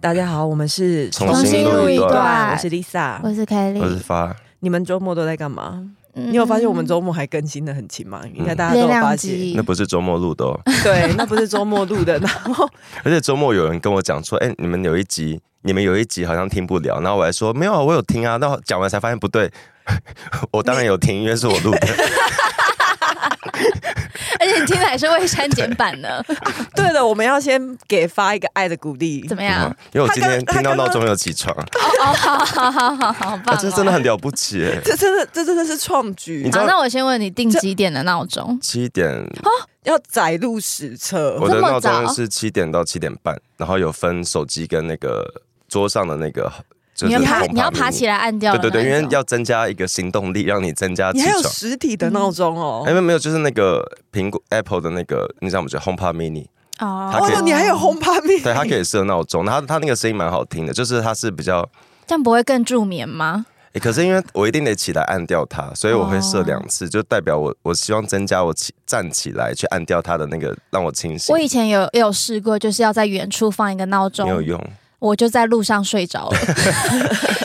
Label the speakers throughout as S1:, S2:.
S1: 大家好，我们是
S2: 重新录一
S3: 段
S1: 我是 Lisa，
S3: 我是凯莉嗯
S2: 我，是发，
S1: 你们周末都在干嘛？
S3: 你
S1: 你有发现我们周末还更新的很勤吗？应该大家都有
S3: 连
S1: 发
S3: 两
S1: 现。
S3: 集
S2: 那不是周末录的哦。
S1: 对，那不是周末录的，然后
S2: 而且周末有人跟我讲说，哎、你们有一集，你们有一集好像听不了，然后我还说没有啊，我有听啊。那讲完才发现不对， 我当然有听，因为是我录的。
S3: 而且你听的还是未删减版 呢，
S1: 对了，我们要先给发一个爱的鼓励
S3: 怎。么 样？
S2: 因为我今天
S1: 他刚
S2: 听到
S1: 他刚
S2: 闹钟有起床，
S3: 哦哦，好好好好好
S2: 啊
S3: 棒哦！
S2: 这真的很了不起、哎
S1: 这真的，这真的是创举
S2: 你知，道
S3: 好，那我先问你定几点的闹钟？
S2: 七点，
S1: 要载入史册。
S2: 我的
S3: 这
S2: 闹
S3: 么早
S2: 钟是七点到七点半，然后有分手机跟那个桌上的那个，就是
S3: 你要爬，
S2: 红
S3: 你要
S2: 米
S3: 爬起来按掉
S2: 对
S3: 的那
S2: 对
S3: 种。
S2: 对，因为要增加一个行动力，让你增加起
S1: 你还有
S2: 床。
S1: 实体的闹钟哦
S2: 哎，。没有没有，就是那个苹果 Apple 的那个，你知道吗？叫 HomePod Mini，
S3: 哦
S2: 它可以
S1: 哇，你还有轰趴面？
S2: 哎对，它可以设闹钟，然后它它那个声音蛮好听的，就是它是比较，
S3: 这样不会更助眠吗？
S2: 诶可是因为我一定得起来按掉它，所以我会设两
S3: 哦
S2: 次，就代表我我希望增加我起站起来去按掉它的那个让我清醒
S3: 我，以前有也有试过，就是要在远处放一个闹
S2: 没有
S3: 钟，
S2: 用，
S3: 我就在路上睡着了，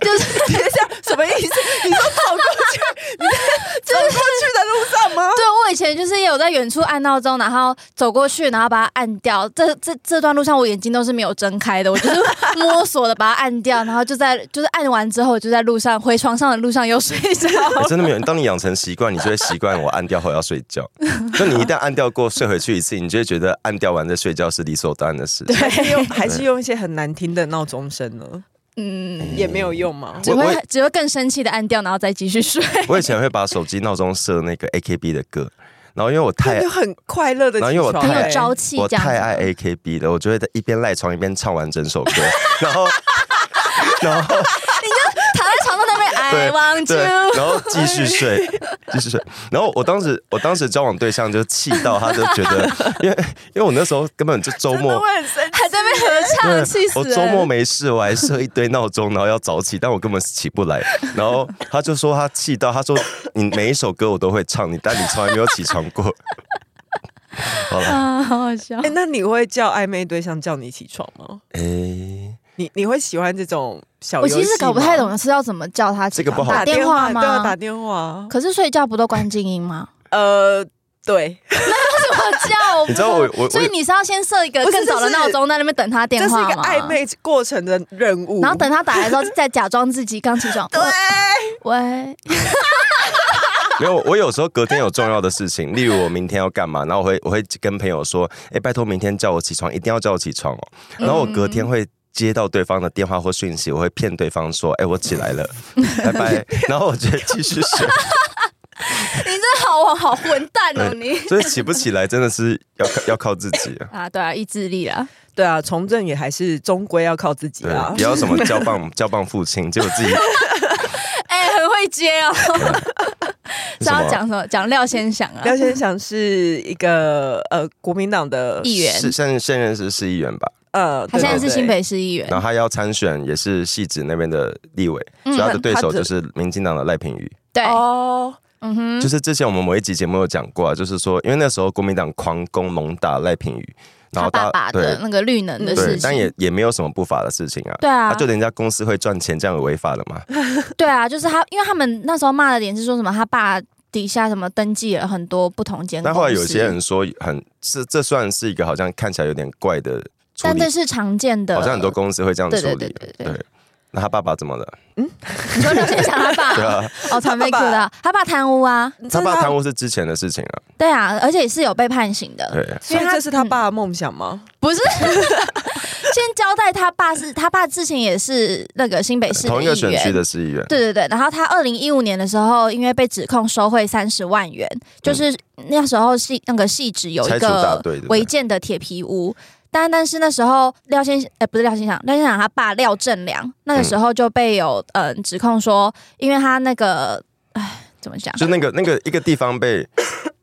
S3: 就是
S1: 等一下，什么意思？你说走过去，你在走过去的路上吗？
S3: 对，我以前就是也有在远处按闹钟，然后走过去，然后把它按掉。这这这段路上，我眼睛都是没有睁开的，我就是 摸索的把它按掉，然后就在就是按完之后，我就在路上回床上的路上又睡着。
S2: 诶哎真的没有。当你养成习惯，你就会习惯我按掉后要睡 觉。就你一旦按掉过睡回去一次，你就会觉得按掉完再睡觉是理所当然的事。
S1: 还是 用还是用一些很难听的闹钟声呢？
S3: 嗯，
S1: 也没有用吗？
S3: 只
S2: 我
S3: 会
S2: 我
S3: 只会更生气的按掉，然后再继续睡。
S2: 我以前会把手机闹钟设那个 AKB 的歌，然后因为我太
S1: 那就很快乐的
S2: 然后因为我
S3: 很
S2: 哦太
S3: 有朝气，
S2: 我
S3: 这样
S2: 太
S3: 子
S2: 爱 AKB 了，我就会在一边赖床一边唱完整首歌，然 后。然后
S3: 躺在床上那边 I
S2: 对
S3: want
S2: 对，
S3: you，
S2: 然后继续睡，继续睡。然后我当时，我当时交往对象就气到，他就觉得，因为因为我那时候根本就周
S1: 真的
S2: 末，
S1: 会很生气。
S3: 还在那边合
S2: 对
S3: 唱，啊气死
S2: 我
S3: 人！
S2: 周末没事，我还设一堆闹钟，然后要早起，但我根本起不来。然后他就说他气到，他说你每一首歌我都会唱，你但你从来没有起床过。 好了，
S3: 啊，好好笑
S1: 哎、。那你会叫暧昧对象叫你起床吗？
S2: 哎、
S1: 你你会喜欢这种小？
S3: 我其实搞不太，懂是要怎么叫他
S2: 这
S3: 起
S2: 个
S3: 床，
S2: 不好
S3: 打
S1: 打
S3: 电
S1: 电
S3: 话
S1: 话对啊，
S3: 吗
S1: 打？电话。
S3: 可是睡觉不都关静音吗？
S1: 呃，对，
S3: 怎么叫？我不
S2: 你知道我我
S3: 所以你是要先设一个
S1: 不是
S3: 更早的闹钟，在那边等他电
S1: 这是
S3: 话
S1: 一
S3: 吗
S1: 个暧，昧过程的任务。
S3: 然后等他打来之后，再假装自己刚起床。
S1: 对，
S3: 喂，
S2: 没有，我有时候隔天有重要的事情，例如我明天要干嘛，然后我会我会跟朋友说，哎、拜托明天叫我起床，一定要叫我起床哦。然后我隔天会接到对方的电话或讯息，我会骗对方说，哎、我起来了，拜 拜。然后我就继续 睡，
S3: 你这好好混蛋哦
S2: 对
S3: 你！
S2: 所以起不起来真的是要靠要靠自己啊。
S3: 啊，对啊，意志力啊，
S1: 对啊，从政也还是终归要靠自己啊
S2: 对
S1: 啦，。
S2: 不要什么交棒 交棒父亲，结果自己
S3: 哎，很会接哦。是
S2: 什么
S3: 要讲什么？讲廖先祥啊，
S1: 廖先祥是一个呃国民党的
S3: 议员，
S2: 是现现任是市议员吧，
S1: 呃，
S3: 他
S1: 对
S3: 现在是
S1: 对对
S3: 新北市议员
S2: 然。后他要参选也是戏子那边的立委，所嗯以他的对手就是民进党的赖品妤。
S3: 对，
S1: 哦，
S3: 嗯哼，
S2: 就是之前我们某一集节目有讲过、啊，就是说，因为那时候国民党狂攻猛打赖品妤，然
S1: 哦
S3: 他
S2: 后大
S3: 爸爸
S2: 对
S3: 的那个绿能的事
S2: 对，但也
S3: 情。
S2: 也没有什么不法的事情啊。
S3: 对啊
S2: 他，就人家公司会赚钱，这样有违法的吗？
S3: 对啊，就是他，因为他们那时候骂的点是说什么，他爸底下什么登记了很多不同间公
S2: 但
S3: 司，
S2: 后来有些人说很，这这算是一个好像看起来有点怪的处
S3: 但
S2: 理
S3: 这，是常见的，
S2: 好像很多公司会这样处
S3: 对
S2: 理。
S3: 对对啊对对。
S2: 对那他爸爸怎么了？
S3: 你说廖先祥他 爸，
S2: 对啊，
S3: 哦，才没 Q 到，他爸贪污啊，
S2: 他爸贪
S1: 污，
S2: 污是之前的事情啊。
S3: 对啊，而且是有被判刑的，
S2: 对，
S1: 所以
S3: 因为他嗯
S1: 这是他爸的梦想吗？
S3: 不 是。先交代他爸是，他爸之前也是那个新北市
S2: 同
S3: 的
S2: 一
S3: 议
S2: 个选区
S3: 员，
S2: 的市议员。
S3: 对对对。然后他二零一五年的时候，因为被指控收贿三十万元，就是那时候系那个系指有一
S2: 嗯拆除大
S3: 个
S2: 队的
S3: 违建的铁皮屋。但但是那时候廖先哎、不是廖先祥，廖先祥他爸廖正良那个时候就被有嗯、呃指控说，因为他那个哎怎么讲，
S2: 就那个那个一个地方 被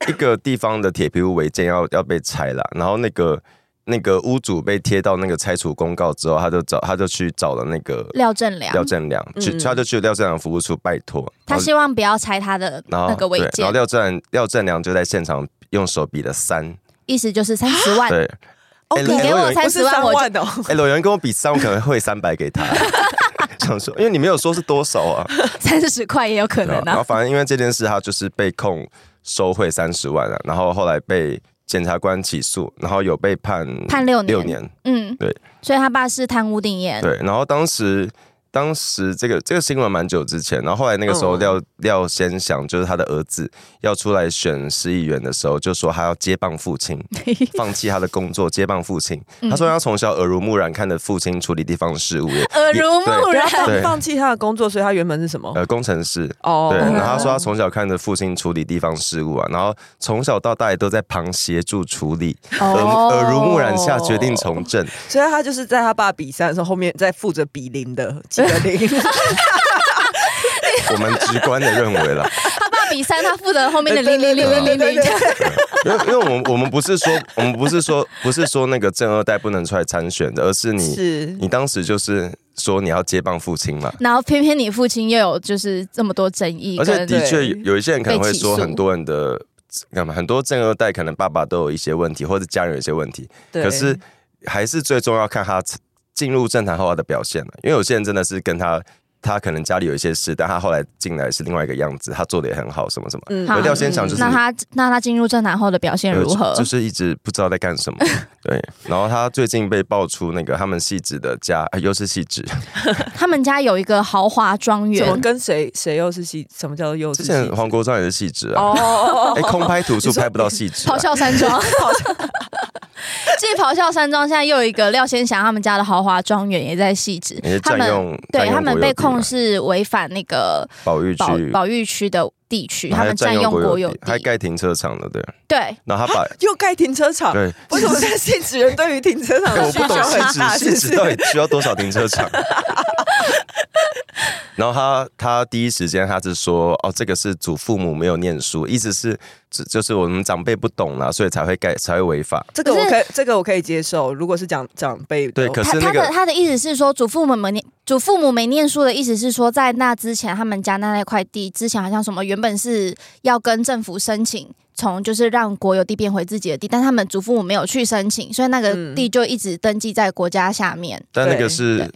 S2: 一个地方的铁皮屋违建要要被拆了，然后那个那个屋主被贴到那个拆除公告之后，他就找他就去找了那个
S3: 廖正良
S2: 廖正良，去
S1: 嗯
S2: 他就去廖正良服务处拜托，
S3: 他希望不要拆他的
S2: 然后
S3: 那个违
S2: 对然
S3: 建
S2: 后，廖正廖正良就在现场用手比了三，
S3: 意思就是三十万。
S2: 啊对，
S1: 哦
S2: 哎
S3: 你给我
S1: 不
S3: 三
S1: 是
S3: 十
S1: 三
S3: 万，我就
S1: 万哦，
S2: 哎、有人跟我比三，我可能会三百给他。想说，因为你没有说是多少啊，
S3: 三四十块也有可
S2: 对
S3: 能
S2: 啊然后
S3: 啊。
S2: 反正因为这件事，他就是被控收贿三十万啊，然后后来被检察官起诉，然后有被判
S3: 判六年
S2: 六年，
S3: 嗯，
S2: 对，
S3: 所以他爸是贪污顶严，
S2: 对，然后当时当时这个这个新闻蛮久之前，然后后来那个时
S1: 嗯
S2: 候廖、廖先祥就是他的儿子要出来选市议员的时候，就说他要接棒父 亲，放弃他的工作接棒父亲。
S3: 嗯
S2: 他说他从小耳濡目染看着父亲处理地方事 务，
S3: 耳濡目
S1: 不要
S3: 染。
S1: 放
S2: 对
S1: 放弃他的工作，所以他原本是什么？
S2: 呃，工程师。
S1: 哦
S2: 对，然后他说他从小看着父亲处理地方事务啊，然后从小到大也都在旁协助处理，耳耳濡目染下决定从政。
S1: 所以他就是在他爸比赛的时候，后面在负责比零的几 个零，
S2: 我们直观的认为了，
S3: 他爸比三，他负责后面的零零零零零零。
S2: 因为因为我们我们不是说我们不是说不是说那个正二代不能出来参选的，而是你
S1: 是
S2: 你当时就是说你要接棒父亲嘛。
S3: 然后偏偏你父亲又有就是这么多争议，
S2: 而且
S3: 跟
S2: 的确
S1: 对
S2: 有有一些人可能会说，
S3: 被起诉
S2: 很多人的干嘛，很多正二代可能爸爸都有一些问题，或者家人有一些问题，
S1: 对
S2: 可是还是最重要看他进入政坛后他的表现了。因为有些人真的是跟他他可能家里有一些事，但他后来进来是另外一个样子，他做的也很好，什么什么。
S1: 嗯
S3: 好
S2: 我一定要先讲就是
S3: 那他那他进入政坛后的表现如何
S2: 就？就是一直不知道在干 什么，对。然后他最近被爆出那个他们戏子的家，呃又是戏子，
S3: 他们家有一个豪华庄
S1: 怎么
S3: 园，
S1: 跟谁谁又是戏？什么叫做又是
S2: 之
S1: 戏？
S2: 前黄国章也是戏子啊，
S1: 哦
S2: 哎、空拍 图
S1: 你
S2: 数
S1: 说
S2: 拍不到戏子、啊
S3: 咆，哮山庄。 继咆哮山庄，现在又有一个廖先祥他们家的豪华庄园也在细致
S2: 你是，
S3: 他
S2: 占
S3: 们
S2: 用占
S3: 对
S2: 用
S3: 他们
S2: 国有
S3: 被
S2: 地嘛
S3: 控是违反那个
S2: 保育
S3: 保
S2: 区，
S3: 保育区的地区，
S2: 然后还
S3: 他们占用国有
S2: 还
S3: 地。
S2: 盖停车场的，对。
S3: 对，
S2: 然后他把
S1: 又盖停车场，
S2: 对，
S1: 为什么在戏子人对于停车场
S2: 哎
S1: 的
S2: 我
S1: 需
S2: 不
S1: 求
S2: 懂
S1: 很大？
S2: 戏
S1: 是不是
S2: 子，戏子到底需要多少停车场？ 然后他他第一时间他是说，哦，这个是祖父母没有念书，意思是这就是我们长辈不懂啦，所以才会盖才会违法。
S1: 这个
S3: 不是
S1: 我可以，这个我可以接受。如果是讲长辈的
S2: 对，
S1: 话
S2: 可
S3: 他
S2: 是
S3: 他
S2: 那
S3: 的
S2: 个
S3: 他的意思是说，祖父母没念，祖父母没念书的意思是说，在那之前，他们家那那块地之前好像什么，原本是要跟政府申请，从就是让国有地变回自己的地，但他们祖父母没有去申请，所以那个
S1: 嗯
S3: 地就一直登记在国家下面。
S2: 但那个
S1: 对
S2: 是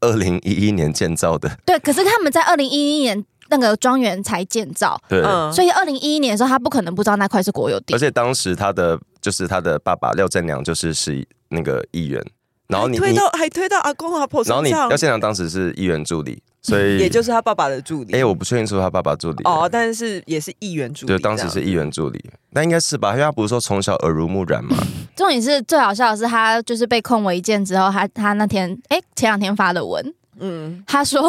S2: 二零一一年建造的，
S3: 对，可是他们在二零一一年那个庄园才建造，
S2: 对。
S1: 嗯
S3: 所以二零一一年的时候，他不可能不知道那块是国有地
S2: 而。且当时他的就是他的爸爸廖正良就是是那个议员，然后你
S1: 还推
S2: 你
S1: 到还推到阿公阿婆身
S2: 然后你
S1: 上
S2: 廖，正良当时是议员助理，所以
S1: 也就是他爸爸的助理。
S2: 哎、我不确定是不是他爸爸助理啊
S1: 哦，但是也是议员助理这
S2: 对，
S1: 样，
S2: 当时是议员助理，那应该是吧？因为他不是说从小耳濡目染 嘛，
S3: 重点是最好笑的是，他就是被控违建之后，他他那天哎、前两天发的文，
S1: 嗯，
S3: 他说：“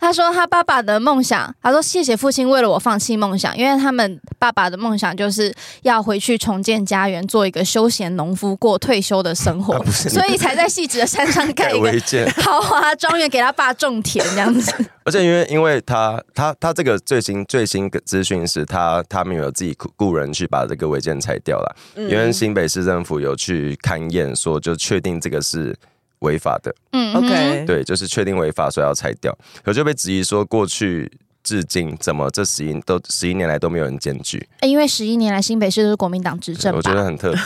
S3: 他说他爸爸的梦想，他说谢谢父亲为了我放弃梦想，因为他们爸爸的梦想就是要回去重建家园，做一个休闲农夫，过退休的生 活，
S2: 啊不是你
S3: 所以才在细致的山上盖
S2: 盖
S3: 一个
S2: 违建。
S3: 豪华庄园给他爸种田这样子。
S2: 而且因为因为他他他这个最新最新的资讯是他他们有自己雇雇人去把这个违建拆掉了，
S1: 嗯
S2: 因为新北市政府有去勘验，说就确定这个是违法的，
S3: 嗯
S1: OK
S2: 对，就是确定违法，所以要拆掉。可就被质疑说过去。至今怎么这十一都十一年来都没有人检举，
S3: 因为十一年来新北市都是国民党执政
S2: 我觉
S3: 吧，
S2: 得很特别。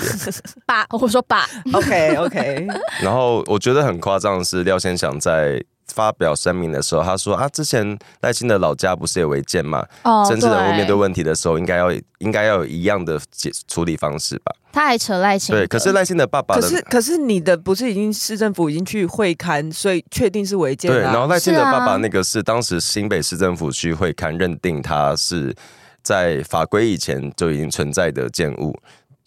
S3: 爸，我说爸，
S1: OK OK，
S2: 然后我觉得很夸张的是，廖先祥在发表声明的时候，他说啊，之前赖清德老家不是也违建嘛，
S3: 哦，
S2: 政治人物面对
S3: 对，
S2: 问题的时候，应该要应该要有一样的解处理方式吧？
S3: 他还扯赖清德，
S2: 对，可是赖清德爸 爸
S1: 可
S2: 的
S1: 是可是你的不是已经市政府已经去会勘，所以确定是违建
S2: 对，
S1: 了、
S2: 然后赖清德
S3: 是啊
S2: 爸爸那个是当时新北市政府区会刊认定他是在法规以前就已经存在的建物，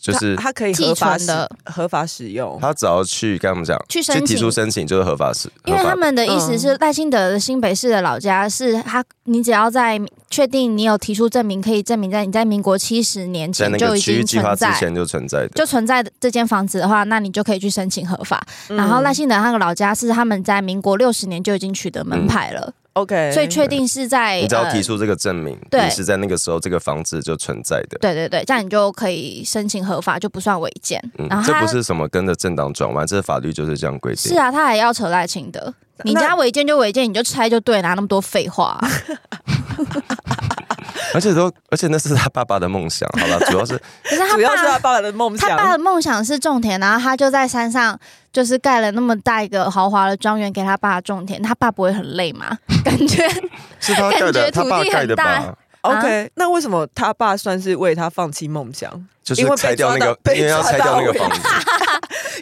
S2: 就是
S1: 他他可以合法
S3: 寄
S1: 使
S3: 存的
S1: 合法使用，
S2: 他只要去跟他们讲，
S3: 去申
S2: 去提出
S3: 请
S2: 申请就是合法事，
S3: 因为
S2: 合法
S3: 他们的意
S2: 嗯
S3: 思是，赖清德的新北市的老家是他，你只要在确定你有提出证明，可以证明在你在民国七十年
S2: 在
S3: 前
S2: 那
S3: 就
S2: 个
S3: 已
S2: 区域
S3: 经
S2: 计划
S3: 存
S2: 之
S3: 在。
S2: 前就存在的。
S3: 就存在的这间房子的话，那你就可以去申请合法。然后
S1: 嗯
S3: 赖清德他的老家是他们在民国六十年就已经取得门牌了，
S1: OK，
S3: 所以确定是在
S2: 嗯你只要
S3: 呃
S2: 提出这个证明，
S3: 对
S2: 你是在那个时候这个房子就存在的。
S3: 对对对，这样你就可以申请合法，就不算违建。
S2: 嗯
S3: 然，后
S2: 这
S3: 他
S2: 不是什么跟着政党转弯，这法律就是这样规定。
S3: 是啊，他还要扯赖清德。你
S1: 那
S3: 家违建就违建，你就拆就对，哪那么多废话啊、
S2: 而且都，而且那是他爸爸的梦想。好了，主 要是
S3: 可是他
S1: 主要是他
S3: 爸
S1: 爸爸的梦
S3: 他爸
S1: 想
S3: 的。梦想是种田，然后他就在山上就是盖了那么大一个豪华的庄园给他爸种田，他爸不会很累吗？ 感觉
S2: 是他盖的，
S3: 感觉土
S2: 他爸
S3: 地
S2: 盖的
S3: 很
S2: 吧？
S1: OK，那为什么他爸算是为他放弃梦想？
S2: 就是
S1: 因为被
S2: 拆掉那
S1: 抓到
S2: 个，因为要
S1: 被抓
S2: 拆掉那个
S1: 到
S2: 房子。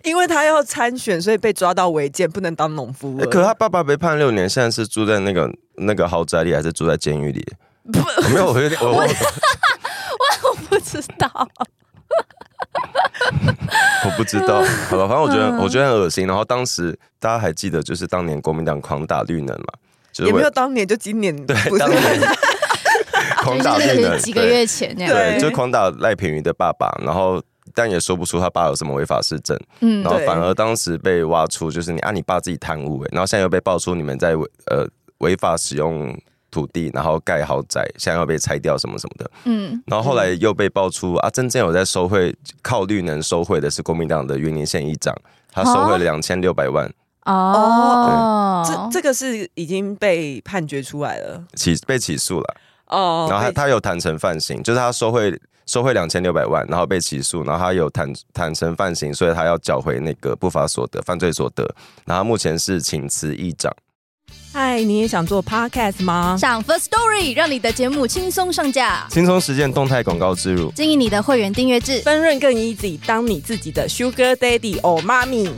S1: 因为他要参选，所以被抓到违建，不能当农夫
S2: 欸
S1: 了。
S2: 可他爸爸被判六年，现在是住在那个那个豪宅里，还是住在监狱里？没有，我 有点我我
S3: 不知 道。
S2: 我不知 道。好了，反正我觉得、
S3: 嗯
S2: 我觉得很恶心。然后当时大家还记得，就是当年国民党狂打绿能嘛，就
S1: 也
S2: 是
S1: 没
S2: 为
S1: 有当年，就今年不
S2: 对
S1: 是
S2: 当 年狂打
S3: 就是
S2: 绿能
S3: 几个月前那样。
S1: 对
S2: 对，就狂打赖品妤的爸爸，然后。但也说不出他爸有什么违法事证，
S3: 嗯
S2: 然，后
S1: 对
S2: 反而当时被挖出，就是你啊，你爸自己贪污、欸，然后现在又被爆出你们在违呃违法使用土地，然后盖豪宅，现在又被拆掉什么什么的，
S3: 嗯，
S2: 然后后来又被爆出啊，真正有在收贿，靠绿能收贿的是国民党的云林县议长，他收贿了两千六百万，
S3: 哦
S1: 这，这个是已经被判决出来了
S2: 起被起诉了，
S1: 哦。
S2: 然后他
S1: 被
S2: 他有坦诚犯行，就是他收贿收贿两千六百万，然后被起诉，然后他有坦坦诚犯行，所以他要缴回那个不法所得、犯罪所得，然后他目前是请辞议长。
S1: 嗨，你也想做 podcast 吗？
S3: 上 First Story 让你的节目轻松上架，
S2: 轻松实践动态广告植入，
S3: 经营你的会员订阅制。
S1: 分润更 easy，当你自己的 sugar daddy or mommy。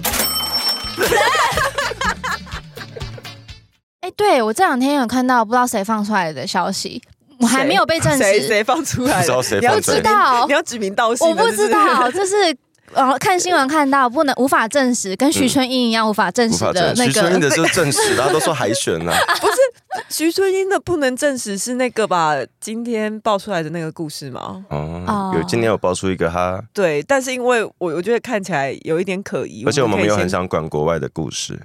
S3: 哎，对我这两天有看到不知道谁放出来的消息，我还没有被证
S1: 谁
S3: 实，
S1: 谁放出来的？
S2: 不知道谁
S1: 你要
S2: 放
S3: 不
S2: 出
S1: 指
S3: 知
S2: 来
S1: 名
S3: 道
S1: 你，要指名道姓
S3: 我
S1: 了，
S3: 不
S1: 是
S3: 知道，这是。 呃，看新闻看到不能无法证实，跟徐春英一嗯样无法证
S2: 无
S3: 实
S2: 法证
S3: 的那
S2: 实。徐春英
S3: 个
S2: 的就证实， 大家都说海选呢、
S1: 徐春英的不能证实是那个吧？今天爆出来的那个故事吗？
S2: 哦
S3: 哦，
S2: 有今年有爆出一个他，
S1: 对，但是因为我我觉得看起来有一点可疑，
S2: 而且我们没
S1: 可以
S2: 有很
S1: 先
S2: 想管国外的故事。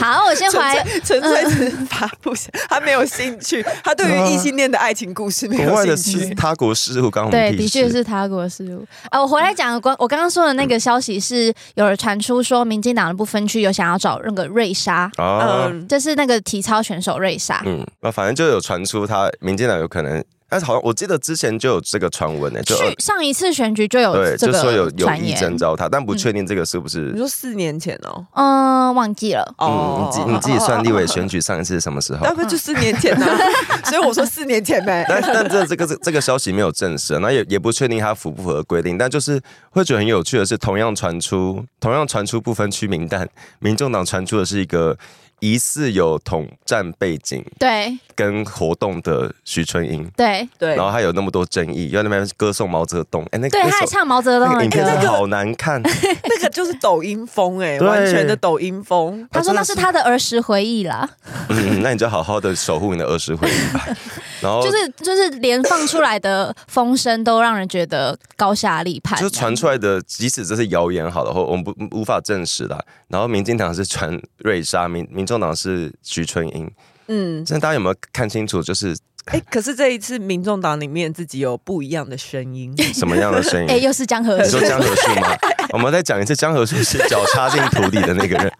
S3: 好，我先回来
S1: 纯粹纯粹只是发布想， 他没有兴趣，他对于异性恋的爱情故事没
S2: 国外
S1: 有
S2: 的
S1: 兴
S2: 其
S1: 趣。
S2: 他国事务，刚我
S3: 对，
S2: 们
S3: 的确是他国事务。啊，我回来讲关我刚刚说的那个消息是，有人传出说，民进党的部分区有想要找那个瑞莎，
S2: 啊，
S1: 嗯，
S3: 就是那个体操选手瑞莎。
S2: 嗯，那反正就有传出他民进党有可能，但是好像我记得之前就有这个传闻呢，欸就呃
S3: 去上一次选举就有
S2: 对，
S3: 哦
S2: 就
S3: 这
S2: 说有
S3: 个
S2: 有
S3: 传
S2: 意
S3: 言，
S2: 征召他，但不确定这个是不是
S1: 你。说四年前哦，
S3: 嗯，忘记了。
S2: 嗯，你自己你自己算立委选举上一次是什么时候
S1: 大？概就四年前呢， 所以我说四年前呗。
S2: 但但这这个这这个消息没有证实，那也也不确定它符不符合规定，但就是会觉得很有趣的是，同样传出同样传出不分区名单，民众党传出的是一个疑似有统战背景
S3: 对
S2: 跟活动的徐春英，
S3: 对
S1: 对
S2: 然，后还有那么多争议，又在那边歌颂毛泽东，哎、那
S3: 对，
S2: 那
S3: 他还
S2: 首
S3: 唱毛泽
S2: 那
S3: 东
S2: 个
S3: 的
S2: 影片真
S3: 歌
S2: 的。好难看，
S1: 那个就是抖音风哎，
S2: 对
S1: 完全的抖音风。
S3: 他说那是他的儿时回忆啦，
S2: 嗯，那你就好好的守护你的儿时回忆吧。 然后
S3: 就是就是连放出来的风声都让人觉得高下立判，
S2: 就是传出来的，即使这是谣言好了，或我们不无法证实啦。然后民进党是传瑞莎，民民众党是徐春英。
S1: 嗯，
S2: 现在大家有没有看清楚，就是
S1: 哎，可是这一次民众党里面自己有不一样的声音，
S2: 什么样的声
S3: 哎、
S2: 音？
S3: 又是江河
S2: 你
S3: 树
S2: 说，江河树吗？我们再讲一次，江河树是脚插进土里的那个人。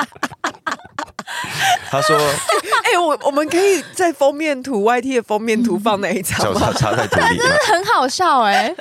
S2: 他说
S1: 哎，我我们可以在封面图 YT 的封面图放那一张
S2: 脚
S1: 吗？
S2: 插插在土里嘛。
S3: 很好笑 哎、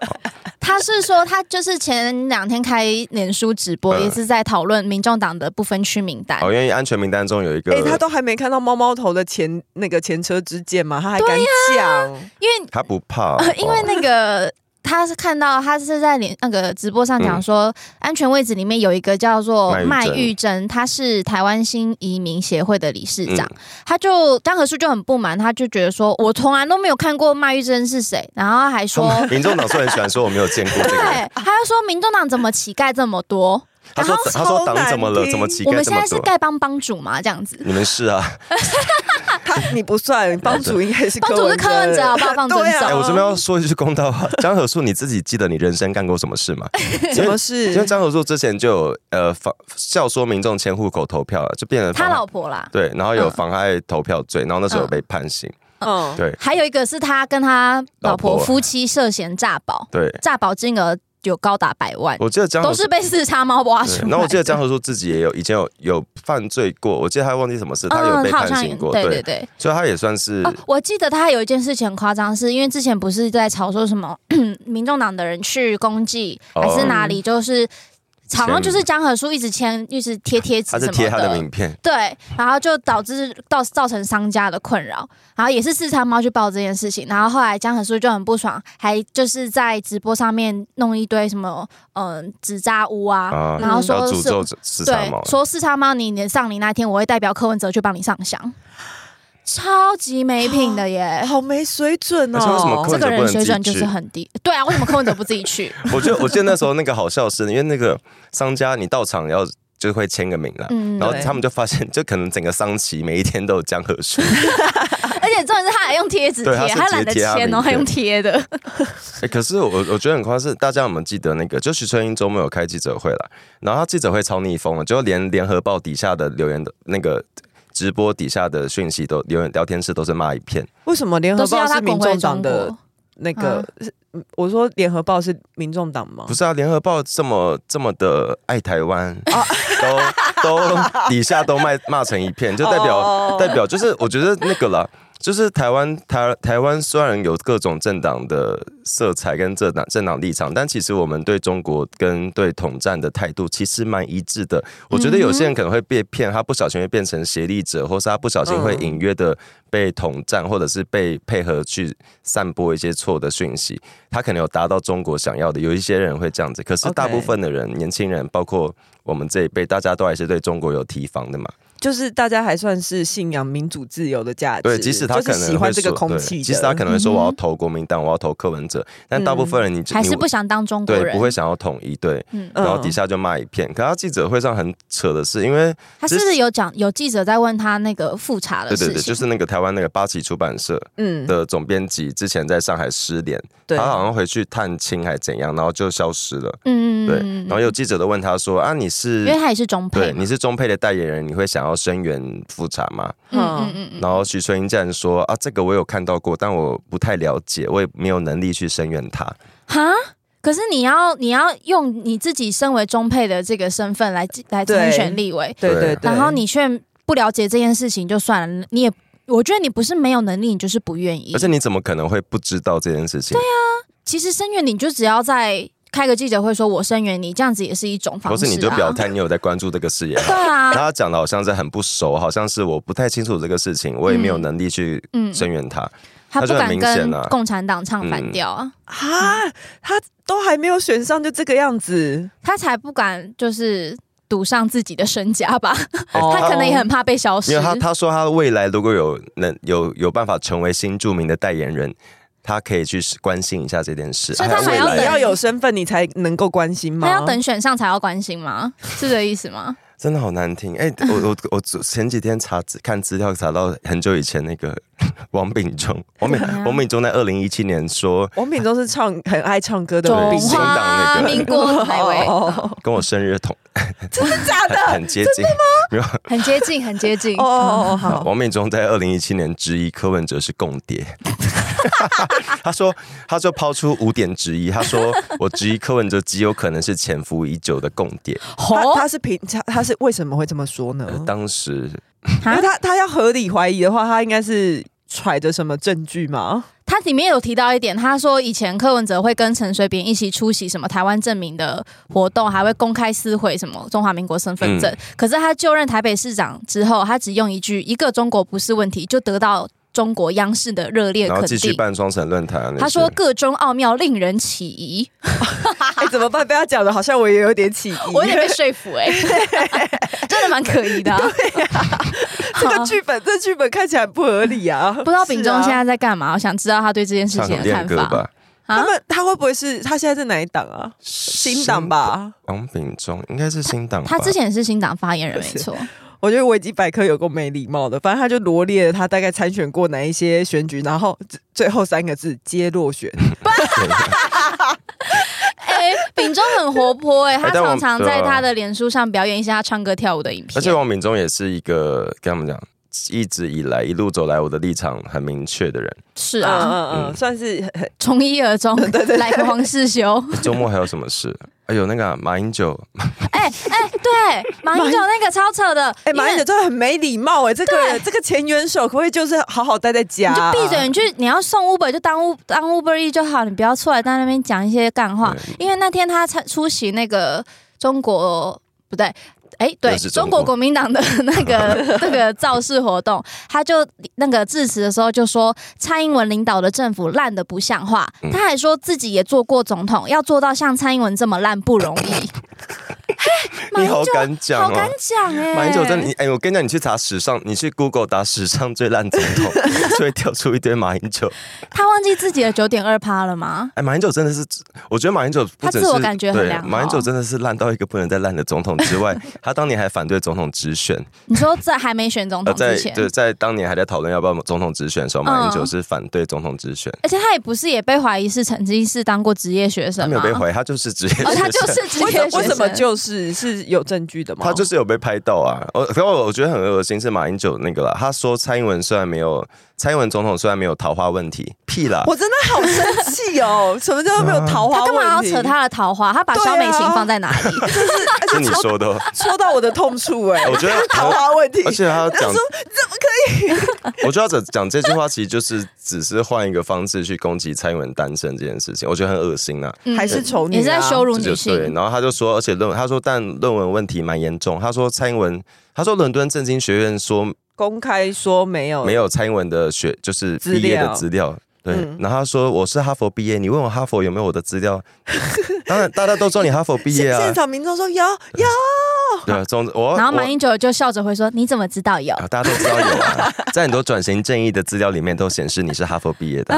S3: 他是说，他就是前两天开脸书直播，
S2: 嗯
S3: 也是在讨论民众党的不分区名单。
S2: 哦，因为安全名单中有一个
S1: 哎，他都还没看到猫猫头的前那个前车之鉴嘛，他还敢讲。
S3: 因为、
S2: 他不怕、
S3: 呃因为
S2: 哦
S3: 那个他是看到他是在脸那个直播上讲说，安全位置里面有一个叫做
S2: 麦嗯
S3: 麦
S2: 玉珍
S3: 玉珍，她是台湾新移民协会的理事
S2: 嗯
S3: 长，他就张和树就很不满，他就觉得说我从来都没有看过麦玉珍是谁，然后还说。
S2: 民众党虽然喜欢说我没有见过这
S3: 对，
S2: 个人，
S3: 他就说民众党怎么乞丐这么多？
S2: 他说
S1: 然后
S2: 他说
S1: 超
S2: 党怎么
S1: 难
S2: 了？
S1: 听
S2: 怎么乞
S3: 我
S2: 丐
S3: 们
S2: 这
S3: 现
S2: 么
S3: 在是
S2: 多？
S3: 丐帮帮主嘛，这样子。
S2: 你们是啊？
S1: 他你不算，帮主应该是
S3: 啊帮主是柯文哲，好不好？放尊
S1: 对啊
S2: 哎、
S3: 重。
S2: 我这边要说一句公道话，江河树，你自己记得你人生干过什么事 吗？
S1: 什
S2: 因为
S1: 么
S2: 因为
S1: 事？
S2: 张和树之前就有呃仿笑说民众迁户口投票了，就变成
S3: 他
S2: 妨
S3: 老婆啦，
S2: 对，然后有
S3: 嗯
S2: 妨碍投票罪，然后那时候有被判刑，
S1: 嗯，
S2: 对
S3: 还有一个是他跟他老
S2: 老
S3: 婆
S2: 婆
S3: 夫妻涉嫌诈保，
S2: 对，
S3: 诈保金额有高达百万，
S2: 我记得江
S3: 嗯都
S2: 河
S3: 是被四叉猫挖出
S2: 对
S3: 来的。
S2: 然后我记得江河叔自己也有以前有有犯罪过，我记得他忘记什么事，他有
S3: 嗯，
S2: 被
S3: 他好
S2: 判
S3: 像
S2: 刑过，
S3: 对
S2: 对
S3: 对对。
S2: 所以他也算是
S3: 哦，我记得他还有一件事情很夸张，是因为之前不是在吵说什么嗯民众党的人去公祭
S2: 哦
S3: 还是哪里，就是好像
S2: 签
S3: 就是江河书一直签，一直贴贴纸
S2: 他
S3: 什
S2: 是
S3: 么
S2: 贴他的名片，
S3: 对，然后就导致到造成商家的困扰，然后也是四川猫去报这件事情，然后后来江河叔就很不爽，还就是在直播上面弄一堆什么嗯纸扎屋啊，
S2: 啊
S3: 然后
S2: 要
S3: 说
S2: 诅
S3: 是
S2: 咒市场
S3: 对
S2: 猫，，
S3: 说四叉猫你你上你那天，我会代表柯文哲去帮你上香，超级没品的耶！
S1: 好没水准
S2: 而且为什么
S1: 哦！
S3: 这个人水准
S2: 啊
S3: 就
S2: 柯文哲不能自己去
S3: 是很低，对啊，为什么柯文哲不自 己去？
S2: 我觉得我记得那时候那个好笑是，因为那个商家你到场要就会签个名 啦。
S3: 嗯，
S2: 然后
S1: 对
S2: 他们就发现，就可能整个桑琪每一天都有江河叔，
S3: 而且重点是他还用贴纸贴
S2: 对，他是
S3: 他懒
S2: 直
S3: 得
S2: 接贴他
S3: 签哦，
S2: 名
S3: 还用
S2: 片
S3: 贴的。
S2: 欸、可是我我觉得很夸张是，大家有没有记得那个？就徐春英周末有开记者会了，然后他记者会超逆风了，就连联合报底下的留言的那个直播底下的讯息都留言聊天室都是骂一片，
S1: 为什么联合
S3: 都是要
S1: 报
S3: 他
S1: 是民
S3: 滚回
S1: 众党
S3: 中
S1: 的
S3: 国。
S1: 那个？是我说联合报是民众党吗
S2: 不？是啊？联合报这么这么的爱台湾，
S1: 哦
S2: 都 都底下都骂骂成一片，就代表、
S1: 哦
S2: 代表就是我觉得那个啦。就是台湾台台湾虽然有各种政党的色彩跟政党政党立场，但其实我们对中国跟对统战的态度其实蛮一致的。我觉得有些人可能会被骗，他不小心会变成协力者，或是他不小心会
S1: 嗯
S2: 隐约的被统战，或者是被配合去散播一些错的讯息。他可能有达到中国想要的，有一些人会这样子。可是
S1: OK
S2: 大部分的人，年轻人，包括我们这一辈，大家都还是对中国有提防的嘛。
S1: 就是大家还算是信仰民主自由的价值，
S2: 对，即使他
S1: 就
S2: 可
S1: 是
S2: 能
S1: 喜欢
S2: 会
S1: 这个
S2: 说
S1: 空
S2: 对
S1: 气的，嗯
S2: 即使他可能会说
S3: 嗯哼
S2: 我要投国民党，我要投柯文哲，但大部分人你
S3: 还
S2: 你
S3: 是不想当中国
S2: 对
S3: 人，
S2: 不会想要统一，对，
S3: 嗯，
S1: 嗯
S2: 然后底下就骂一片。可他记者会上很扯的是，因为
S3: 他是不是有讲有记者在问他那个复查
S1: 呃
S3: 的
S2: 对
S3: 事
S2: 对
S3: 情？
S2: 对，就是那个台湾那个八旗出版社
S1: 嗯，
S2: 的总编辑之前在上海失联，
S1: 对，
S2: 他好像回去探亲还怎样，然后就消失了。
S3: 嗯，嗯
S2: 对，
S3: 嗯嗯
S2: 然后有记者都问他说啊，你
S3: 因为
S2: 是
S3: 他也是中配
S2: 对
S3: 嘛，
S2: 你是中配的代言人，你会想要声援复查吗？
S3: 嗯嗯嗯嗯，
S2: 然后徐春英竟然说啊，这个我有看到过，但我不太了解，我也没有能力去声援他。
S3: 哈。可是你要你要用你自己身为中配的这个身份来来参
S1: 对
S3: 选立委，
S1: 对
S2: 对
S1: 对对，
S3: 然后你却不了解这件事情就算了，你也我觉得你不是没有能力，你就是不愿意
S2: 而。且你怎么可能会不知道这件事情？
S3: 啊
S2: 对
S3: 其实声援你就只要在开个记者会说我声援你，这样子也是一种
S2: 或
S3: 方式、
S2: 是
S3: 啊。
S2: 你就表态，你有在关注这个事 业。
S3: 对啊
S2: 那，他讲的好像是很不熟，好像是我不太清楚这个事情，我也没有能力去
S3: 嗯，
S2: 声援他。他
S3: 他不
S2: 就很
S3: 敢
S2: 明
S3: 跟
S2: 显啊
S3: 共产党唱反
S2: 嗯
S3: 调啊，
S1: 啊，他都还没有选上就这个样子，
S3: 他才不敢就是赌上自己的身家吧。
S2: 哎
S1: 哦
S3: 他可能也很怕被消失。
S2: 因为他他说他未来如果有能有有办法成为新著名的代言人，他可以去关心一下这件事。
S3: 所以他
S2: 哎
S3: 还要
S2: 未来
S1: 你
S3: 等
S1: 要有身份，你才能够关心吗？
S3: 他要等选上才要关心吗？是这意思吗？
S2: 真的好难听。哎、我 我我前几天查资看资料，查到很久以前那个 王炳忠，王炳
S3: 怎么样
S2: 王炳忠在二零一七年说
S1: 王炳忠是唱很爱唱歌的
S2: 中
S1: 兵，
S2: 华
S3: 华民国 那位
S1: 哦
S2: 跟我生日 同
S1: 真的假的？
S2: 很接近。
S3: 很接近，很接近。嗯
S1: 哦哦哦，好，
S2: 王炳忠在二零一七年质疑柯文哲是共谍， 他说他就抛出五点质疑，他说 我质疑柯文哲极有可能是潜伏已久的共谍。
S1: 他
S3: 吼
S1: 他是平他他是为什么会这么说呢？
S2: 呃当时
S1: 因
S3: 啊
S1: 为他他要合理怀疑的话，他应该是揣着什么证据吗？
S3: 他里面有提到一点，他说以前柯文哲会跟陈水扁一起出席什么台湾证明的活动，还会公开撕毁什么中华民国身份
S2: 嗯
S3: 证。可是他就任台北市长之后，他只用一句“一个中国不是问题”，就得到中国央视的热烈
S2: 然后
S3: 肯
S2: 继续
S3: 定。
S2: 办双城论坛，
S3: 他说各中奥妙，令人起 疑。
S1: 哎，怎么办？被他讲的好像我也有点起疑，
S3: 我有点被说服哎、 真的蛮可疑的啊、
S1: 这个剧本这剧本看起来很不合理啊！
S3: 啊 不知道秉忠
S1: 是啊
S3: 现在在干嘛？我想知道他对这件事
S2: 唱
S3: 情
S2: 什
S3: 的
S2: 么
S3: 看
S2: 恋歌
S3: 法
S2: 吧，
S1: 他
S3: 啊。
S1: 们他会不会是他现在是哪一档啊？新党吧？
S2: 王炳忠应该是新党吧，
S3: 他之前是新党发言人，
S1: 不
S3: 没
S1: 是
S3: 错。
S1: 我觉得维基百科有够没礼貌的，反正他就罗列了他大概参选过哪一些选举，然后最最后三个字皆落选。
S3: 哎，秉忠很活泼 哎，他
S2: 哎但我
S3: 常常
S2: 对啊
S3: 在他的脸书上表演一些他唱歌跳舞的影
S2: 而且
S3: 片。
S2: 王炳忠也是一个跟他们讲一直以来一路走来我的立场很明确的人。
S3: 是
S1: 嗯
S3: 啊，
S1: 嗯嗯，算是 很很
S3: 从一 而终，来个黄世修。
S2: 周末还有什么事？ 哎呦，那个啊、马英九，
S3: 哎哎，对，马英九那个超扯的，
S1: 哎，马英九真的很没礼貌哎，这个人这个前元首可不可以就是好好待在家
S3: 你
S1: 啊？
S3: 就闭嘴，你去，你要送 Uber 就当 U 当 Uber E 就好，你不要出来在那边讲一些干话。因为那天他参出席那个中国不对。哎，对，
S2: 又是中
S3: 中
S2: 国
S3: 国国民党的那 个那个造势活动，他就那个致辞的时候就说，蔡英文领导的政府烂的不像话。
S2: 嗯
S3: 他还说自己也做过总统，要做到像蔡英文这么烂不容 易。嘿马
S2: 你
S3: 英
S2: 好
S3: 九
S2: 敢讲
S3: 好
S2: 哦
S3: 敢。讲哎、
S2: 马英九真的，你哎、我跟你讲，你去查史上，你去 Google 打史上最烂总 统，就会跳出一堆马英九。
S3: 他忘记自己的九点二趴了吗？
S2: 哎，马英九真的是，我觉得马英九不只是
S3: 他自我感觉很
S2: 对
S3: 良好
S2: 马英九真的是烂到一个不能再烂的总统之 外，他当年还反对总统直选，
S3: 你说在还没选总
S2: 呃，
S3: 统
S2: 在
S3: 哦之前，
S2: 对，在当年还在讨论要不要总统直选的时候，马英九
S3: 嗯
S2: 是反对总统直选，
S3: 而且他也不是也被怀疑是曾经是当过职业学生
S2: 他
S3: 吗？
S2: 没有被怀疑，他就是直接
S3: 哦，他就是职
S1: 为
S3: 业
S1: 什
S3: 学生。
S1: 为什么就是是有证据的吗？
S2: 他就是有被拍到啊！我可我我觉得很恶心是马英九那个啦，他说蔡英文虽然没有蔡英文总统虽然没有桃花问题，屁啦！
S1: 我真的好生气 哦！什么叫没有桃花
S3: 他
S1: 问
S3: 干
S1: 题？
S3: 嘛要扯他的桃花？他把肖美琴
S2: 啊
S3: 放在哪里？
S2: 是你说的哦，
S1: 戳到我的痛 处哎、
S2: 我觉得
S1: 桃花问题，
S2: 而且他
S1: 他
S2: 讲
S1: 说
S2: 我觉得他讲这句话其实就是只是换一个方式去攻击蔡英文单身这件事情，我觉得很恶心啊。
S3: 嗯
S1: 还是丑女、啊，
S3: 也是在羞辱
S2: 这
S3: 女
S2: 就对，
S3: 性。
S2: 然后他就说，而且论他说，但论文问题蛮严重。他说蔡英文，他说伦敦政经学院说
S1: 公开说没有
S2: 没有蔡英文的学就是
S1: 哦资料
S2: 毕业的资料。对，
S1: 嗯
S2: 然后他说我是哈佛毕业，你问我哈佛有没有我的资料？ 当然，大家都说你哈佛毕业
S1: 现
S2: 啊
S1: 现。场民众说有有，
S2: 对，总之哦我
S3: 然后马
S2: 我
S3: 英九就笑着回说：“你怎么知道有
S2: 啊，大家都知道有 啊，在很多转型正义的资料里面都显示你是哈佛毕业 的，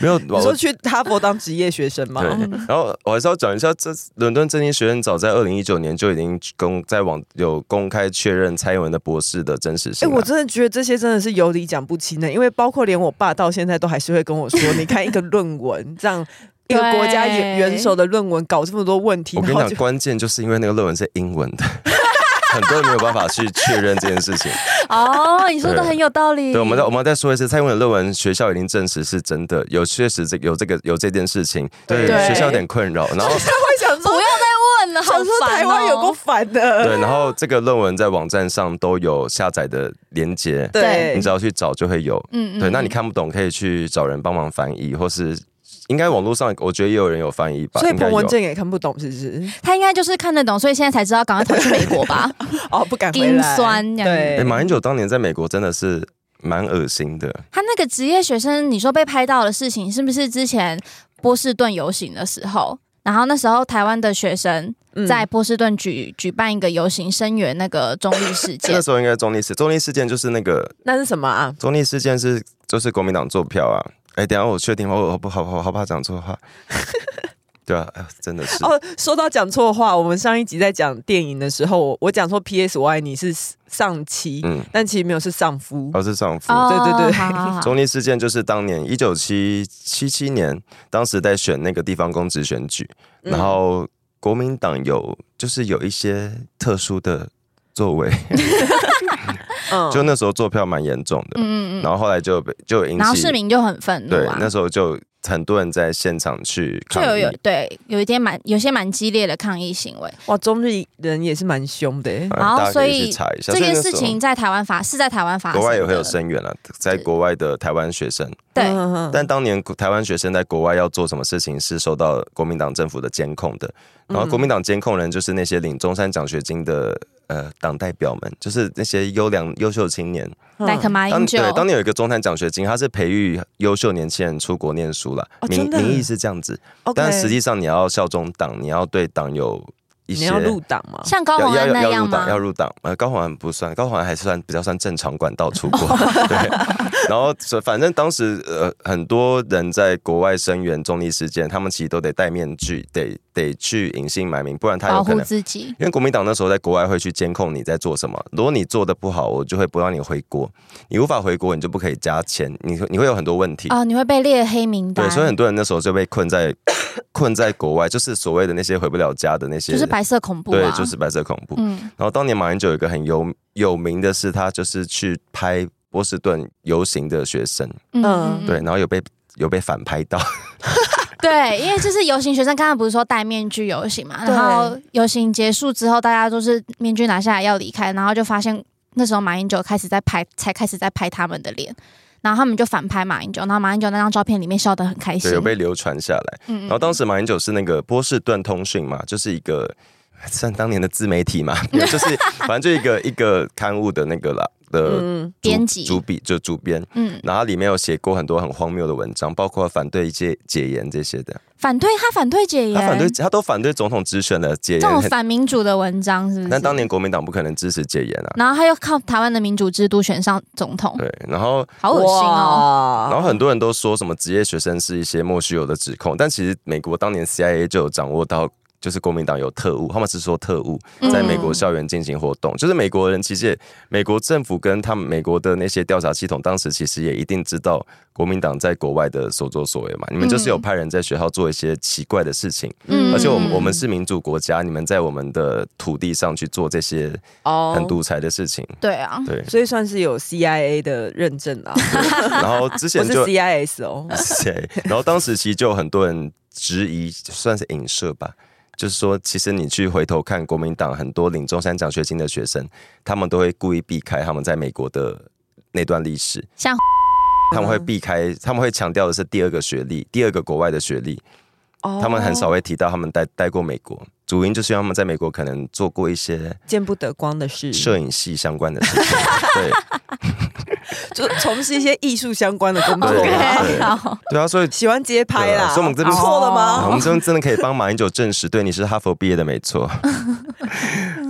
S2: 没有
S1: 你
S2: 我
S1: 说去哈佛当职业学生吗？哎嗯
S2: 对，然后我还是要讲一下，这伦敦政经学院早在二零一九年就已经公在网有公开确认蔡英文的博士的真实
S1: 哎、
S2: 性了。啊
S1: 我真的觉得这些真的是有理讲不清的，因为包括连我爸到现在都还是会跟我说，你看一个论文这 样。一个国家元
S3: 对
S1: 元首的论文搞这么多问题，
S2: 我跟
S1: 然后
S2: 你讲，
S1: 就
S2: 关键就是因为那个论文是英文的， 很多人没有办法去确认这件事情。？”
S3: 哦，你说的很有道理。
S2: 对，
S1: 嗯
S2: 我们再我们再说一次，蔡英文的论文学校已经证实是真的，有确实这有这个有这件事情，对
S1: 对
S2: 学校有点困扰。然后
S1: 会想
S3: 不
S1: 说
S3: 要，再问了，好
S1: 想说
S3: 烦哦。
S1: 台湾有够烦的，
S2: 对，然后这个论文在网站上都有下载的连接，
S1: 对
S2: 你只要去找就会有。
S3: 嗯
S2: 对，那你，看不懂可以去找人帮忙翻译，或是应该网络上我觉得也有人有翻译吧，
S1: 所以
S2: 应该
S1: 彭
S2: 有
S1: 文正也看不懂，是不是？
S3: 他应该就是看得懂，所以现在才知道，赶快逃去美国 吧。
S1: 哦，不敢回来，
S3: 心酸这样
S2: 哎、
S1: 对，
S2: 马英九当年在美国真的是蛮恶心的，
S3: 他那个职业学生，你说被拍到的事情，是不是之前波士顿游行的时候？然后那时候台湾的学生
S1: 嗯
S3: 在波士顿举、举办一个游行，声援那个中立事件
S2: 那。时候应该中立事，中立事件就是那个
S1: 那是什么啊？
S2: 中立事件是就是国民党做票啊，哎、等一下我确定我我不好我好怕讲错话， 对啊，哎呀真的是。
S1: 哦，说到讲错话，我们上一集在讲电影的时候，我我讲说 P.S. 我爱你是上妻，
S2: 嗯，
S1: 但其实没有是上夫。
S2: 我是丈夫。
S3: 哦
S1: 对对对
S3: 好好好
S2: 中立事件就是当年一九七七七年，当时在选那个地方公职选举，
S1: 嗯
S2: 然后国民党有就是有一些特殊的作为，
S1: 嗯
S2: 就那时候做票蛮严重的，
S3: 嗯嗯嗯。
S2: 然后后来就被就有引
S3: 然后
S2: 起
S3: 市民就很愤怒
S2: 对
S3: 啊，
S2: 那时候就很多人在现场去
S3: 就
S2: 抗
S3: 有
S2: 议呃
S3: 有。对有一点蛮有些蛮激烈的抗议行为。
S1: 哇，中立人也是蛮凶的欸。
S2: 嗯
S3: 然后
S2: 大家
S3: 所
S2: 可以
S3: 以
S2: 去查一下
S3: 这
S2: 所
S3: 件
S2: 以那
S3: 事
S2: 时候
S3: 情在台湾发是在台湾发生
S2: 国
S3: 的，
S2: 外也会有声援了，在
S3: 对
S2: 国外的台湾学生，
S3: 对
S1: 嗯，嗯嗯
S2: 但当年台湾学生在国外要做什么事情是受到国民党政府的监控的，然
S1: 嗯
S2: 后国民党监控人就是那些领中山奖学金的呃党代表们，就是那些优良优秀青年。
S1: 嗯
S3: like 马
S2: 当
S3: 英九
S2: 对，当年有一个中山奖学金，它是培育优秀年轻人出国念书啦，
S1: 哦
S2: 名
S1: 真的
S2: 名义是这样子，
S1: OK
S2: 但实际上你要效忠党，你要对党有一
S1: 你
S2: 些。
S1: 要入党吗？
S3: 像高
S2: 要
S3: 虹
S2: 要
S3: 安那
S2: 要要
S3: 样
S2: 入党，要
S3: 吗？
S2: 入党。呃，高环不算，高环还是算比较算正常管道 出国。对，然后所以反正当时呃，很多人在国外声援中立事件，他们其实都得戴面具，得得去隐姓埋名，不然他有
S3: 保
S2: 可
S3: 护
S2: 能。
S3: 自己，
S2: 因为国民党那时候在国外会去监控你在做什么，如果你做的不好，我就会不让你回国。你无法回国，你就不可以加签，你会你会有很多问题。
S3: 哦，你会被列黑名单，
S2: 对，所以很多人那时候就被困在 困在国外，就是所谓的那些回不了家的那些，
S3: 就是白色恐怖
S2: 对
S3: 啊，，
S2: 就是白色恐怖。
S3: 嗯
S2: 然后当年马英九有一个很有有名的是他就是去拍波士顿游行的学生，
S3: 嗯
S1: 嗯
S2: 对，然后有被有被反拍到，
S3: 对，因为就是游行学生，刚刚不是说戴面具游行嘛，
S1: 对
S3: 然后游行结束之后，大家都是面具拿下来要离开，然后就发现那时候马英九开始在拍，才开始在拍他们的脸，然后他们就反拍马英九，然后马英九那张照片里面笑得很开心
S2: 对，，有被流传下来。
S3: 嗯
S2: 然后当时马英九是那个波士顿通讯嘛，就是一个算当年的自媒体嘛， 就是反正就一个一 个刊物的那个啦的主
S1: 嗯，
S3: 编辑
S2: 主笔就主编，
S3: 嗯，
S2: 然后里面有写过很多很荒谬的文章，包括反对戒戒严这些的。
S3: 反对他反对解严，
S2: 他反对他都反对总统直选的戒
S3: 这种
S2: 严，很
S3: 反民主的文章是不是？
S2: 但当年国民党不可能支持戒严啊。
S3: 然后他又靠台湾的民主制度选上总统，
S2: 对，然后
S3: 好恶心哦。
S2: 然
S1: 哇！
S2: 后很多人都说什么职业学生是一些莫须有的指控，但其实美国当年 CIA 就有掌握到，就是国民党有特务，他们是说特务
S3: 嗯
S2: 在美国校园进行活动，就是美国人其实也，美国政府跟他们美国的那些调查系统，当时其实也一定知道国民党在国外的所作所为嘛，你们就是有派人在学校做一些奇怪的事情，
S1: 嗯
S2: 而且我们我们
S3: 是
S2: 是民主国家，你们在我们的土地上去做这些
S1: 哦
S2: 很独裁的事情，
S3: 对啊，
S1: ，
S2: 对
S1: 所以算是有 CIA 的认证啦，
S2: 然后之
S1: 不
S2: 前
S1: 是
S2: 就
S1: CIS 哦。
S2: 谁？然后当时其实就有很多人质疑，算是影射吧，就是说，其实你去回头看国民党很多领中山奖学金的学生，他们都会故意避开他们在美国的那段历史，
S3: 像
S2: 他们会避开，他们会强调的是第二个学历，第二个国外的学历，
S1: 哦
S2: 他们很少会提到他们待待过美国。主因就是因为他们在美国可能做过一些
S1: 见不得光的事，
S2: 摄影系相关的事情，对
S1: 就从事一些艺术相关的工作
S2: 对
S1: 啦，
S2: 对
S3: OK，好，
S2: 对啊，所以
S1: 喜欢街拍
S2: 对
S1: 啦。
S2: 啊所以我们这边
S1: 错了
S3: 哦
S2: 我
S1: 吗？
S2: 们这边真的可以帮马英九证实，对你是哈佛毕业的没 错。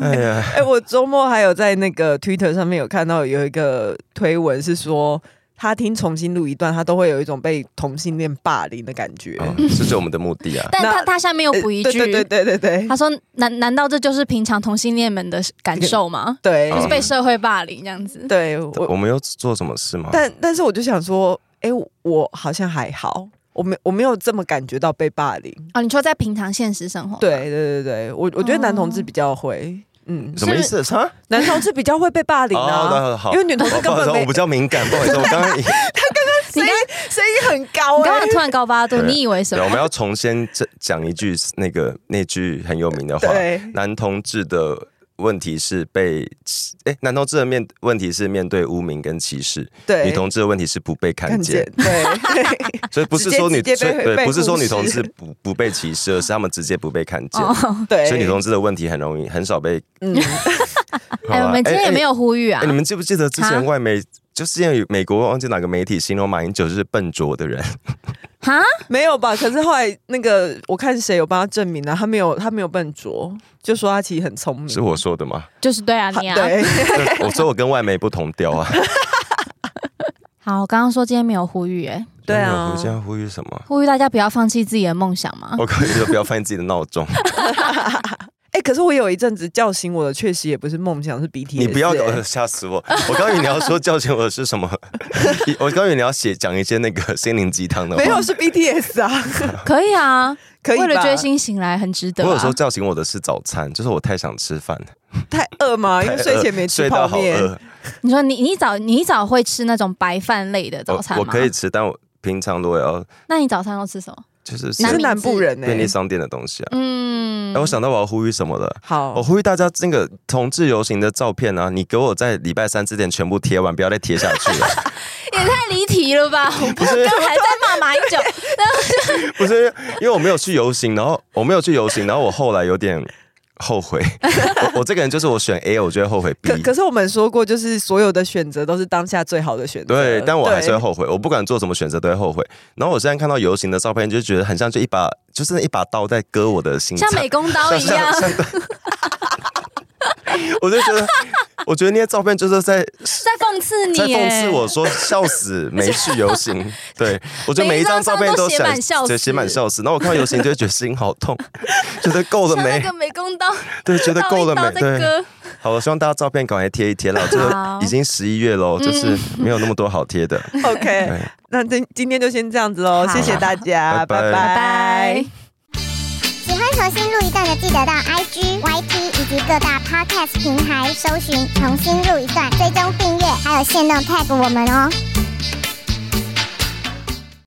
S2: 哎呀，
S1: 哎，我周末还有在那个 Twitter 上面有看到有一个推文是说。他听重新录一段，他都会有一种被同性恋霸凌的感觉。
S2: 哦这就是我们的目的啊。
S3: 但
S1: 那
S3: 他他下面又
S1: 呃
S3: 补一
S1: 对
S3: 句，
S1: 对对对对
S3: 他说：“难难道这就是平常同性恋们的感受吗？
S1: 对
S2: 嗯
S3: 就是被社会霸凌这样子。
S1: 对，我
S2: 我们有做什么事吗？
S1: 但但是我就想说，哎、我好像还好，我没我没有这么感觉到被霸凌。”
S3: 哦，你说在平常现实
S2: 哦
S3: 生活，
S1: 对对对对，我我觉
S3: 哦
S1: 得男同志比较会，嗯，
S2: 什么意思？啥？
S1: 男同志比较会被霸凌啊，
S2: 哦好，好
S1: 因为女同志
S2: 好
S1: 根
S2: 不好意
S1: 本
S2: 思，我
S1: 没
S2: 比较 敏感，不好意思，我刚刚
S1: 声音声音很
S3: 你
S1: 高
S3: 刚
S1: 哎、
S3: 刚突然高八度，
S2: 对
S3: 你以为什
S2: 对，我们
S3: 么？
S2: 要重新这讲一句那个那句很有名的话：
S1: 对
S2: 男同志的问题是被哎，男同志的面问题是面对污名跟歧视，
S1: 对，
S2: 女同志的问题是不被看见。
S1: 对，
S2: 所以不是说女，
S1: 直接直
S2: 所
S1: 接
S2: 以
S1: 被
S2: 对，
S1: 被
S2: 不是说女同
S1: 忽视
S2: 志不不被歧视，而是他们直接不被看见。
S3: 哦，
S1: 对，
S2: 所以女同志的问题很容易很少被。
S1: 嗯，
S3: 哎，我们今天也没
S2: 有。
S3: 有呼吁啊
S2: 哎，你们记不记得之
S3: 啊
S2: 前外媒就是之前有美国忘记哪个媒体形容马英九就是笨拙的人？
S3: 哈，
S1: 没有吧？可是后来那个我看谁有帮他证明啊，他没有他没有笨拙，就说他其实很聪明，
S2: 是我说的吗？
S3: 就是对啊，
S1: 他
S3: 你啊，
S1: 对，
S2: 对我说我跟外媒不同调啊。
S3: 好，我刚刚说今天没有呼吁，哎，
S1: 对啊
S2: 我现在呼吁什么？
S3: 呼吁大家不要放弃自己的梦想嘛。
S2: 我可能就不要放自己的闹钟，
S1: 哎、可是我有一阵子叫醒我的，确实也不是梦想，是 BTS、
S2: 你不要
S1: 欸
S2: 呃吓死我！我刚以为你要说叫醒我的是什么， 我刚以为你要写讲一些那个心灵鸡汤的话。
S1: 没有是 BTS 啊，
S3: 可以啊，
S1: 可以吧
S3: 为了追星醒来很值得
S2: 我有
S3: 啊
S2: 时候。叫醒我的是早餐，就是我太想吃饭，
S1: 太饿吗？哦因为
S2: 太
S1: 睡
S2: 饿
S1: 前没吃
S2: 睡到
S1: 泡
S2: 好
S1: 面，
S2: 饿。
S3: 你说你你早你一早会吃那种白饭类的早
S2: 我
S3: 餐吗？
S2: 我可以。吃，但我平常如果要
S3: 那你早餐都吃什么？
S2: 就是
S1: 你是
S3: 南
S2: 吃
S3: 米
S1: 南部人哎、
S2: 便利商店的东西啊。
S3: 嗯
S2: 哎，我想到我要呼吁什么了。我
S1: 好，
S2: 呼吁大家，那个同志游行的照片啊，你给我在礼拜三之前全部贴完，不要再贴下去 啊了。
S3: 也太离题了吧！我不是刚才在骂马英 九，
S2: 不是因为我没有去游行，然后我没有去游行，然后我后来有点 后悔。我我这个人就是我选 A，我就会后悔 B
S1: 可。可是我们说过，就是所有的选择都是当下最好的选择。
S2: 对，但我还是会
S1: 对
S2: 后悔。我不管做什么选择都会后悔。然后我现在看到游行的照片，就觉得很像就一把，就是一把刀在割我的心脏
S3: 像，美工刀
S2: 像
S3: 一样，
S2: 像像我就觉得，我觉得那些照片就是在
S3: 在讽刺你，
S2: 在讽刺我。说笑死，没去游 行。对我觉得
S3: 每
S2: 每
S3: 一
S2: 一
S3: 张
S2: 张照片
S3: 照都
S2: 都
S3: 写
S2: 想
S3: 满笑
S2: 对
S3: 死
S2: 写满笑死。然后我看到游行就会觉得心 好痛，觉得够了
S3: 像那
S2: 没
S3: 个？美工 刀，
S2: 对，觉得够了
S3: 刀
S2: 没？
S3: 在
S2: 对，
S3: 割，
S2: 好，我希望大家照片赶快贴一贴啦。这
S3: 好嗯
S2: 个已经十一月喽，就是没有那么多好贴 的。
S1: OK，
S2: 对，
S1: 那今今天就先这样子喽，
S3: 好
S1: 谢谢大家，
S2: 拜拜
S1: 拜
S3: 拜拜。
S4: 喜欢重新录一段的，记得到 IG、YT 以及各大 Podcast 平台搜寻“重新录一段”，追踪订阅，还有限定 tag 我们哦。